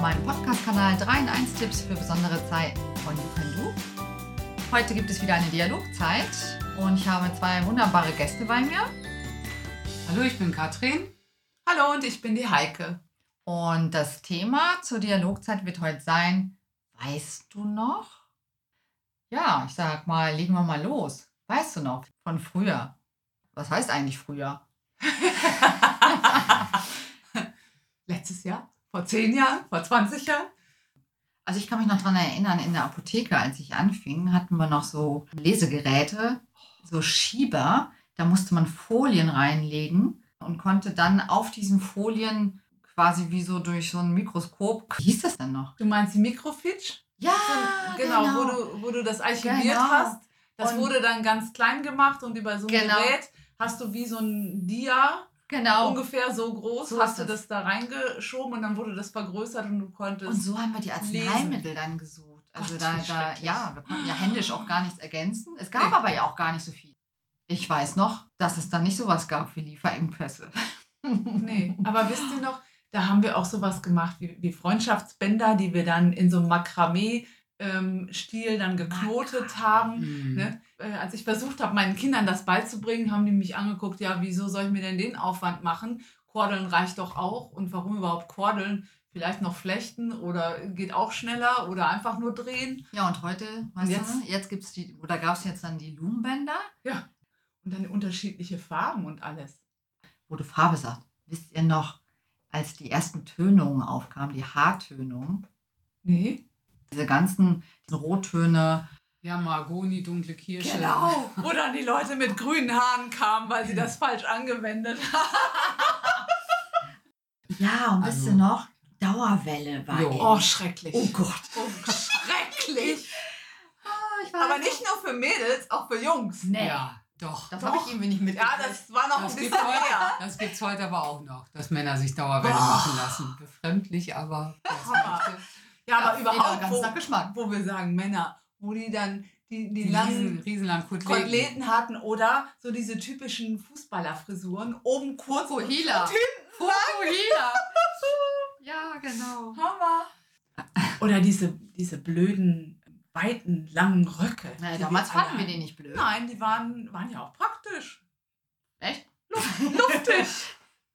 meinem Podcast-Kanal 3 in 1 Tipps für besondere Zeiten von You Can Do. Heute gibt es wieder eine Dialogzeit und ich habe zwei wunderbare Gäste bei mir. Hallo, ich bin Katrin. Hallo und ich bin die Heike. Und das Thema zur Dialogzeit wird heute sein, weißt du noch? Ja, ich sag mal, legen wir mal los. Weißt du noch von früher? Was heißt eigentlich früher? Letztes Jahr, vor zehn Jahren, vor 20 Jahren. Also ich kann mich noch daran erinnern, in der Apotheke, als ich anfing, hatten wir noch so Lesegeräte, so Schieber. Da musste man Folien reinlegen und konnte dann auf diesen Folien quasi wie so durch so ein Mikroskop. Wie hieß das denn noch? Du meinst die Mikrofitch? Ja, Genau, Wo, du, wo du das archiviert Ah, Genau. hast. Das Und- wurde dann ganz klein gemacht und über so ein Genau. Gerät hast du wie so ein Dia, genau. ungefähr so groß, So hast ist du das. das da reingeschoben und dann wurde das vergrößert und du konntest. Und so haben wir die Arzneimittel dann gesucht. Also Gott, da, wie da, schrecklich. ja, wir konnten ja händisch auch gar nichts ergänzen. Es gab Nee. aber ja auch gar nicht so viel. Ich weiß noch, dass es dann nicht sowas gab wie Lieferengpässe. Nee, aber wisst ihr noch, da haben wir auch sowas gemacht wie, wie Freundschaftsbänder, die wir dann in so einem Makramee-Stil Ah, dann geknotet haben. Ne? Äh, als ich versucht habe, meinen Kindern das beizubringen, haben die mich angeguckt, ja, wieso soll ich mir denn den Aufwand machen? Kordeln reicht doch auch. Und warum überhaupt kordeln? Vielleicht noch flechten oder geht auch schneller oder einfach nur drehen. Ja, und heute, weißt jetzt? du, ne? jetzt gibt es die, oder gab es jetzt dann die Lumenbänder, Und dann unterschiedliche Farben und alles. wo du Farbe sagst. Wisst ihr noch, als die ersten Tönungen aufkamen, die Haartönung, Nee. diese ganzen Rottöne. Ja, Margoni, dunkle Kirsche. Genau. Wo dann die Leute mit grünen Haaren kamen, weil sie das falsch angewendet haben. Ja, und wisst Also- ihr noch, Dauerwelle war Jo. in. Oh, schrecklich. oh Gott. Oh, schrecklich. Ah, ich weiß Aber noch. nicht nur für Mädels, auch für Jungs. Nee. Ja, doch. Das habe ich irgendwie nicht mitgekriegt. Ja, das war noch Das ein bisschen gibt's heute, mehr. das gibt's heute aber auch noch, dass Männer sich Dauerwelle machen lassen. Befremdlich, aber. Hammer. Ja, aber Jeder überhaupt, ganz nach wo, Geschmack. wo wir sagen Männer, wo die dann die, die, Die riesen, langen riesenlangen Koteletten. Koteletten hatten oder so diese typischen Fußballerfrisuren, oben kurz. Fukuhila. Fukuhila. ja, genau. Hammer. Oder diese, diese blöden, weiten, langen Röcke. Na, die damals alle fanden wir den hatten. nicht blöd. Nein, die waren, waren ja auch praktisch. Echt? Luftig.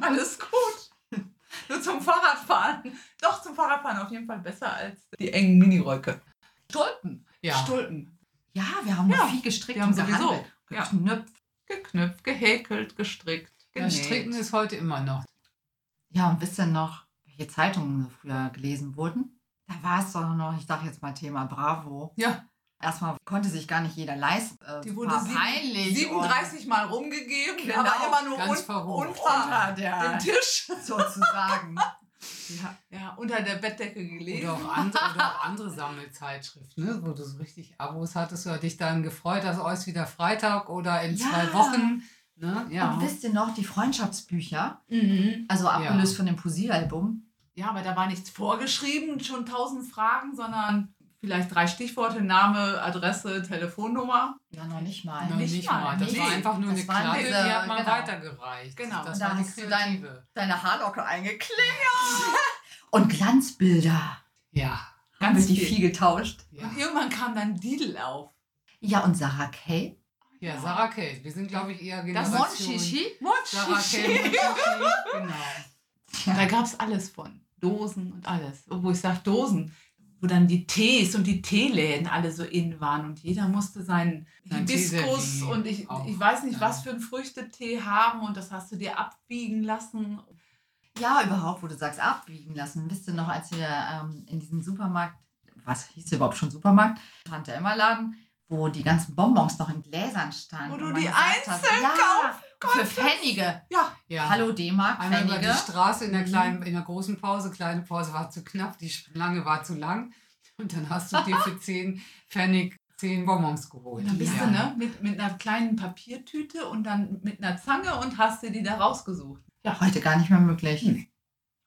Alles gut. Nur zum Fahrradfahren. Doch, zum Fahrradfahren auf jeden Fall besser als die engen Miniröcke. Stulpen. Ja. Stulpen. Ja, wir haben Ja, noch viel gestrickt wir haben und sowieso, gehandelt. ja. Geknüpft. geknüpft, gehäkelt, gestrickt, Das Stricken ist heute immer noch. Ja, und wisst ihr noch, welche Zeitungen früher gelesen wurden? Da war es doch noch, ich sage jetzt mal Thema Bravo. Ja. Erstmal konnte sich gar nicht jeder leisten. Äh, Die wurde war sieben- peinlich. 37 Mal rumgegeben, Genau, aber immer nur ganz un verrucht. unter Unter der- dem Tisch. und sozusagen. Ja, ja, unter der Bettdecke gelegen. Oder auch, andere, oder auch andere Sammelzeitschriften, ne? wo du so richtig Abos hattest oder dich dann gefreut hast, oh, ist wieder Freitag oder in Ja. zwei Wochen. Ne? Ja. Und wisst ihr noch, die Freundschaftsbücher, Mhm. also abgelöst von dem Poesiealbum. Ja, aber da war nichts vorgeschrieben, schon tausend Fragen, sondern vielleicht drei Stichworte, Name, Adresse, Telefonnummer. Ja, noch nicht mal. Noch Nicht nicht, mal. mal. Das war Nee. einfach nur Das eine waren Kladde, die diese- hat man genau. weitergereicht. Genau. Das Und da war die hast du dein- Kreative. deine Haarlocke eingeklemmt. Und Glanzbilder. Ja. Haben Ganz wir die viel. viel getauscht. Ja. Und irgendwann kam dann Didel auf. Ja, und Sarah Kay. Ja, Sarah Kate. Wir sind, glaube ich, eher Das Generation. Sarah Kate. Mochi. Monchichi, genau. Da gab es alles von. Dosen und alles. Obwohl ich sage Dosen, wo dann die Tees und die Teeläden alle so innen waren und jeder musste seinen Sein Hibiskus Teeselie und ich, auch, ich weiß nicht, ja. was für einen Früchtetee haben und das hast du dir abwiegen lassen. Ja, überhaupt, wo du sagst, abwiegen lassen. Wisst ihr noch, als wir ähm, in diesem Supermarkt, was hieß der überhaupt schon Supermarkt? Tante Emma Laden, wo die ganzen Bonbons noch in Gläsern standen. Wo und du man die gesagt hat, einzeln ja, Für Pfennige. Ja, Ja. Hallo D-Mark, Einmal über die Pfennige. Straße in der, Mhm. kleinen, in der großen Pause. Kleine Pause war zu knapp, die lange war zu lang. Und dann hast du dir für 10 Pfennig 10 Bonbons geholt. und dann bist ja. du ne, mit, mit einer kleinen Papiertüte und dann mit einer Zange und hast dir die da rausgesucht. Heute gar nicht mehr möglich.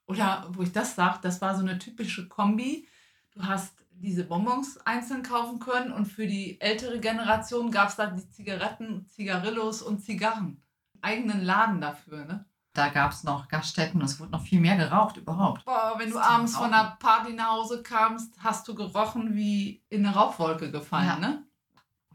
Oder wo ich das sage, das war so eine typische Kombi. Du hast diese Bonbons einzeln kaufen können und für die ältere Generation gab es dann die Zigaretten, Zigarillos und Zigarren. Eigenen Laden dafür, ne? Da gab es noch Gaststätten und es wurde noch viel mehr geraucht überhaupt. Boah, wenn du Das ist abends zum von einer Party nach Hause kamst, hast du gerochen wie in eine Rauchwolke gefallen, Ja. ne?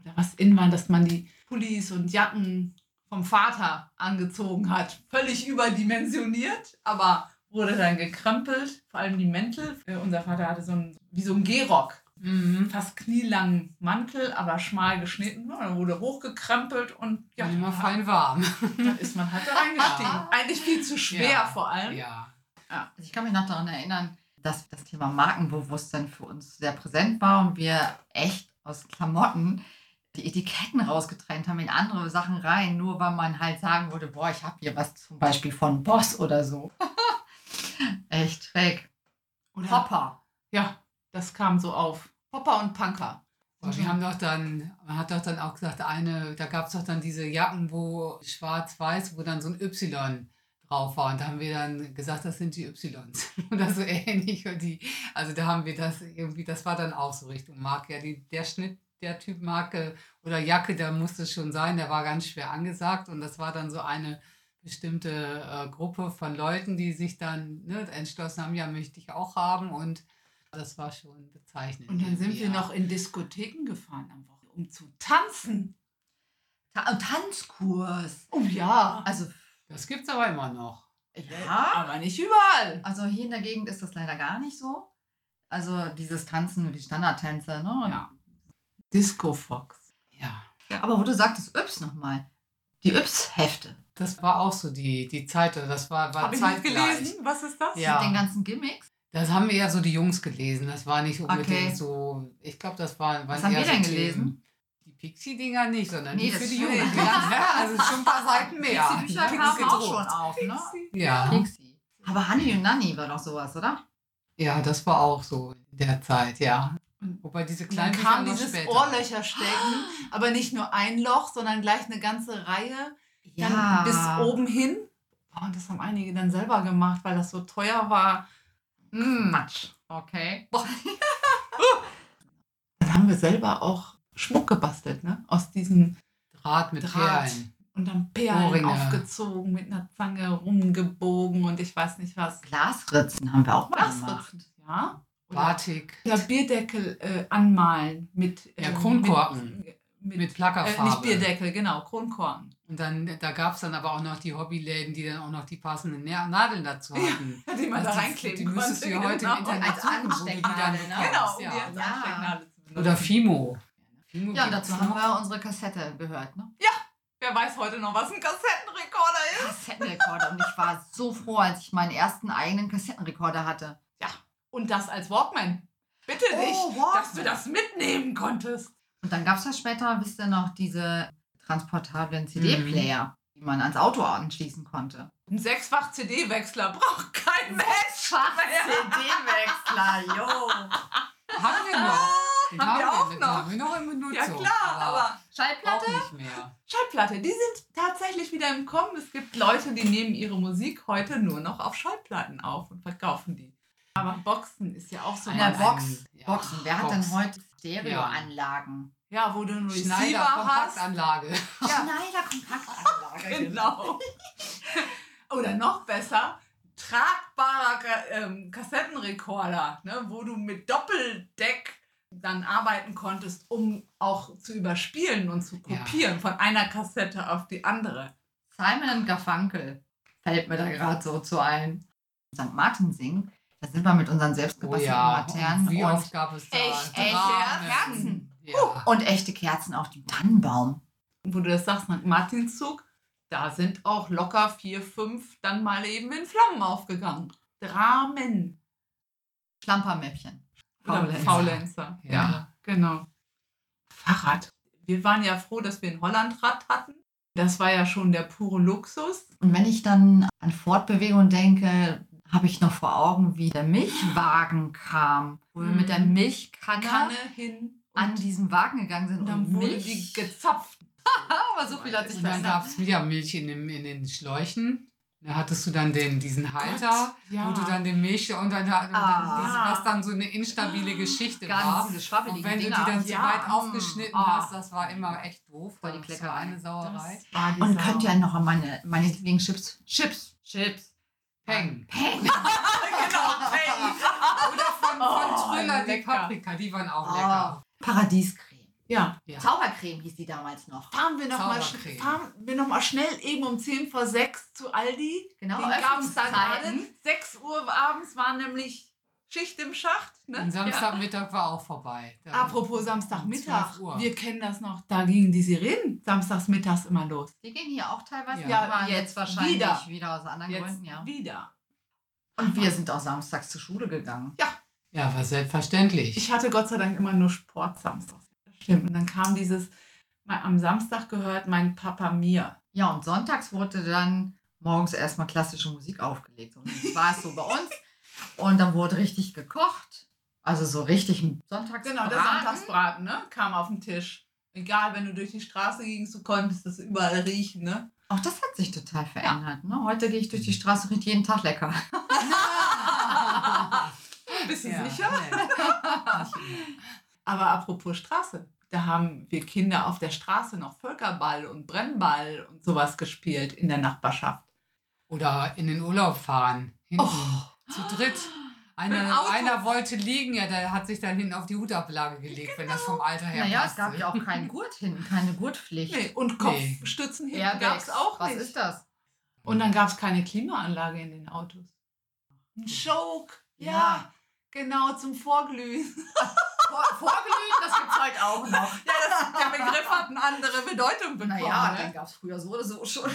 Oder was in war, dass man die Pullis und Jacken vom Vater angezogen hat. Völlig überdimensioniert, aber wurde dann gekrempelt. Vor allem die Mäntel. Äh, unser Vater hatte so einen, wie so einen Gehrock. Mhm. Fast knielangen Mantel, aber schmal geschnitten. Ja, Dann wurde hochgekrempelt und ja, Ja, immer fein warm. dann ist man halt da reingestiegen. Eigentlich viel zu schwer Ja. vor allem. Ja. Also ich kann mich noch daran erinnern, dass das Thema Markenbewusstsein für uns sehr präsent war und wir echt aus Klamotten die Etiketten rausgetrennt haben in andere Sachen rein, nur weil man halt sagen würde, boah, ich habe hier was zum Beispiel von Boss oder so. echt schräg. Oder- Hopper. Ja, das kam so auf. Popper und Punker. Aber Mhm. wir haben doch dann, man hat doch dann auch gesagt, eine, da gab es doch dann diese Jacken, wo schwarz-weiß, wo dann so ein Y drauf war. Und da haben wir dann gesagt, das sind die Ys oder so ähnlich. Und die, also da haben wir das irgendwie, das war dann auch so Richtung Marke. Ja, die, der Schnitt der Typ Marke oder Jacke, da musste es schon sein, der war ganz schwer angesagt. Und das war dann so eine bestimmte äh, Gruppe von Leuten, die sich dann ne, entschlossen haben, ja, möchte ich auch haben. Und das war schon bezeichnend. Und dann sind irgendwie, wir ja. noch in Diskotheken gefahren am Wochenende, um zu tanzen. Ta und Tanzkurs. Oh ja. Also, Das gibt es aber immer noch. ja. Also, Aber nicht überall. Also hier in der Gegend ist das leider gar nicht so. Also dieses Tanzen, die Standardtänze, ne? Und Ja. Disco Fox. Ja. Aber wo du sagtest, Yps nochmal. Die Yps-Hefte. Das war auch so die, die Zeit, oder das war, war Hab zeitgleich. Was ist das? Ja. Mit den ganzen Gimmicks. Das haben eher so die Jungs gelesen. Das war nicht unbedingt Okay. so. Ich glaube, das waren, waren Was haben eher wir so denn Themen. gelesen? Die Pixie-Dinger nicht, sondern Nee, die das für die stimmt. Jungen. Ja, also schon ein paar Seiten mehr. Die Bücher Pixie kamen auch gedruckt. schon auf, ne? Ja. Pixie. Aber Hanni und Nanni war doch sowas, oder? ja, das war auch so in der Zeit, ja. Wobei diese Und Dann kleinen kam Bücher noch dieses später. Ah. Ohrlöcherstecken, aber nicht nur ein Loch, sondern gleich eine ganze Reihe. Dann bis oben hin. Boah, und das haben einige dann selber gemacht, weil das so teuer war. Mm. Matsch. Hm. Okay. Dann haben wir selber auch Schmuck gebastelt, ne? Aus diesen Draht mit Draht. Perlen. und dann Perlen Ohrringe. aufgezogen, mit einer Zange rumgebogen und ich weiß nicht was. Glasritzen haben wir auch mal gemacht. Glasritzen, ja. Oder, Batik oder Bierdeckel äh, anmalen mit. Ja, ähm, Kronkorken. Mit, mit mit, äh, nicht Plackerfarbe. Bierdeckel, genau, Kronkorken. und dann, da gab es dann aber auch noch die Hobbyläden, die dann auch noch die passenden Nä- Nadeln dazu Ja. hatten. Die man Also da die- reinkleben die müsstest konnte, du ja heute im genau. Internet Als suchen, wo du die dann Anstecknadel, ne? Genau, bekommst. um die Ja. als Ja. Anstecknadel zu benutzen. Oder Fimo. Fimo Ja, und gibt's dazu haben noch. wir unsere Kassette gehört, ne? Wer weiß heute noch, was ein Kassettenrekorder ist? Kassettenrekorder. Und ich war so froh, als ich meinen ersten eigenen Kassettenrekorder hatte. Und das als Walkman. Bitte Oh, Oh, nicht, dass du das mitnehmen konntest. Und dann gab es ja später, wisst ihr noch, diese transportablen CD-Player, die man ans Auto anschließen konnte. Ein sechsfach CD-Wechsler braucht kein Mensch. CD-Wechsler, yo. Haben wir noch. Den Haben wir auch den noch. Haben wir noch in Benutzung. Ja klar, aber Schallplatte? Auch nicht mehr. Schallplatte, die sind tatsächlich wieder im Kommen. Es gibt Leute, die nehmen ihre Musik heute nur noch auf Schallplatten auf und verkaufen die. Aber Boxen ist ja auch so Ja, was. Box- Box, Ja, Boxen. Wer hat Box. denn heute Stereoanlagen? Ja, wo du einen Receiver Schneider hast. Kompaktanlage. Schneider Kompaktanlage. Genau. Oder noch besser, tragbarer Ka- ähm, Kassettenrekorder, ne, wo du mit Doppeldeck dann arbeiten konntest, um auch zu überspielen und zu Ja. kopieren von einer Kassette auf die andere. Simon und Garfunkel fällt mir da gerade so zu ein. St. Martin singen, da sind wir mit unseren Oh selbstgebastelten ja. Laternen Und Wie und, oft gab es da Echt, echte Dramen? Herzen. oh, Ja. und echte Kerzen auf dem Tannenbaum. Und wo du das sagst, St. Martinszug, da sind auch locker vier, fünf dann mal eben in Flammen aufgegangen. Dramen. Schlampermäppchen. Oder Faulenzer. Faulenzer. Ja. genau. Fahrrad. Wir waren ja froh, dass wir ein Hollandrad hatten. Das war ja schon der pure Luxus. Und wenn ich dann an Fortbewegung denke, habe ich noch vor Augen, wie der Milchwagen kam, wo wir Mhm. mit der Milchkanne Kanne hin und an diesen Wagen gegangen sind und, und dann wurde Milch. die gezapft. aber so viel hat sich Und dann verändert. gab es wieder Milch in, dem, in den Schläuchen. Da hattest du dann den, diesen Halter, Ja. wo du dann den Milch und dann, und dann Ah. diese- was dann so eine instabile Geschichte war. Ganz diese schwabbeligen Und wenn du die Dinger. dann so ja. weit aufgeschnitten Ah. hast, das war immer echt doof. Voll die Das war Kleckerei. eine Sauerei. war die Und Sau. könnt ihr noch an meine, meine Lieblingschips Chips Chips. Peng. Peng. genau, Peng. Oder von, von Oh, Triller, die lecker. Ah. Paprika, die waren auch Oh, lecker. Paradiescreme. Ja, Ja. Zaubercreme hieß die damals noch. fahren wir nochmal Zaubercreme. fahren wir noch mal schnell eben um 10 vor 6 zu Aldi. Genau, Den gab es dann alle. Öffnungszeiten. 6 Uhr abends war nämlich Schicht im Schacht. Ne? Und Samstagmittag war auch vorbei. Dann- Apropos Samstagmittag, 12 Uhr. wir kennen das noch, da gingen die Sirenen samstagsmittags immer los. Die gehen hier auch teilweise. Ja, aber jetzt jetzt wahrscheinlich wieder. wieder, aus anderen Jetzt Gründen, ja. wieder. Und wir sind auch samstags zur Schule gegangen. Ja, war selbstverständlich. Ich hatte Gott sei Dank immer nur Sport samstags. Stimmt. Und dann kam dieses, mal am Samstag gehört mein Papa mir. Ja, und sonntags wurde dann morgens erstmal klassische Musik aufgelegt. Und das war es so bei uns. Und dann wurde richtig gekocht. Also so richtig sonntags. Genau, der Sonntagsbraten, ne? Kam auf den Tisch. Egal, wenn du durch die Straße gingst, du konntest das überall riechen, ne? Auch das hat sich total verändert. Ne? Heute gehe ich durch die Straße und riecht jeden Tag lecker. Bist du Ja, sicher? nee. Nicht immer. Aber apropos Straße, da haben wir Kinder auf der Straße noch Völkerball und Brennball und sowas gespielt in der Nachbarschaft. Oder in den Urlaub fahren. Hinten. Zu dritt. Oh. Mit dem Einer, Auto. einer wollte liegen, ja, der hat sich dann hinten auf die Hutablage gelegt, wenn das vom Alter her naja, es passte. gab ja auch keinen Gurt hinten, keine Gurtpflicht. Nee, und Kopfstützen hinten gab es auch Was nicht. ist das? Und dann gab es keine Klimaanlage in den Autos. Ein Choke, ja, Ja. genau, zum Vorglühen. Vor, vorglühen, das gibt es heute auch noch. genau, Ja, das, der Begriff hat eine andere Bedeutung bekommen. Naja, ne? den gab es früher so oder so schon.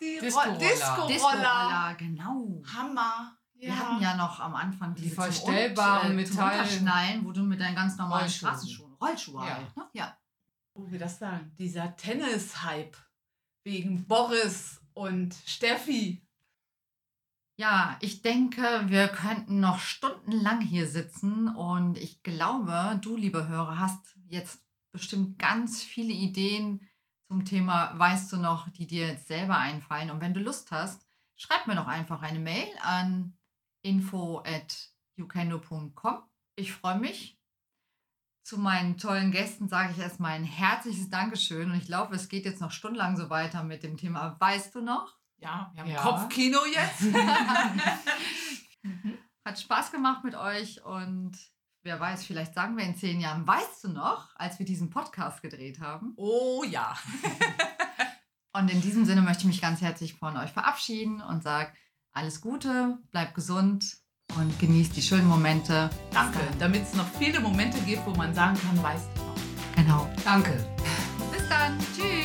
Die Disco-Roller. Ro- Disco-Roller. Disco-Roller, genau. Hammer. Wir hatten ja noch am Anfang Die diese zum verstellbaren Un- äh, zum Metall- Unterschnallen, wo du mit deinen ganz normalen Rollschuhen. Straßenschuhen, Rollschuhe Ja. halt, ne? ja. wo wir das sagen, dieser Tennis-Hype wegen Boris und Steffi. Ja, ich denke, wir könnten noch stundenlang hier sitzen und ich glaube, du, liebe Hörer, hast jetzt bestimmt ganz viele Ideen zum Thema, weißt du noch, die dir jetzt selber einfallen. Und wenn du Lust hast, schreib mir doch einfach eine Mail an info at Ich freue mich. Zu meinen tollen Gästen sage ich erstmal ein herzliches Dankeschön und ich glaube, es geht jetzt noch stundenlang so weiter mit dem Thema, weißt du noch? Ja, wir haben Ja. Kopfkino jetzt. Mhm. Hat Spaß gemacht mit euch und wer weiß, vielleicht sagen wir in zehn Jahren, weißt du noch, als wir diesen Podcast gedreht haben. oh ja. Und in diesem Sinne möchte ich mich ganz herzlich von euch verabschieden und sage alles Gute, bleibt gesund und genießt die schönen Momente. Danke, damit es noch viele Momente gibt, wo man sagen kann, weißt du noch. Genau. Danke. Bis dann. Tschüss.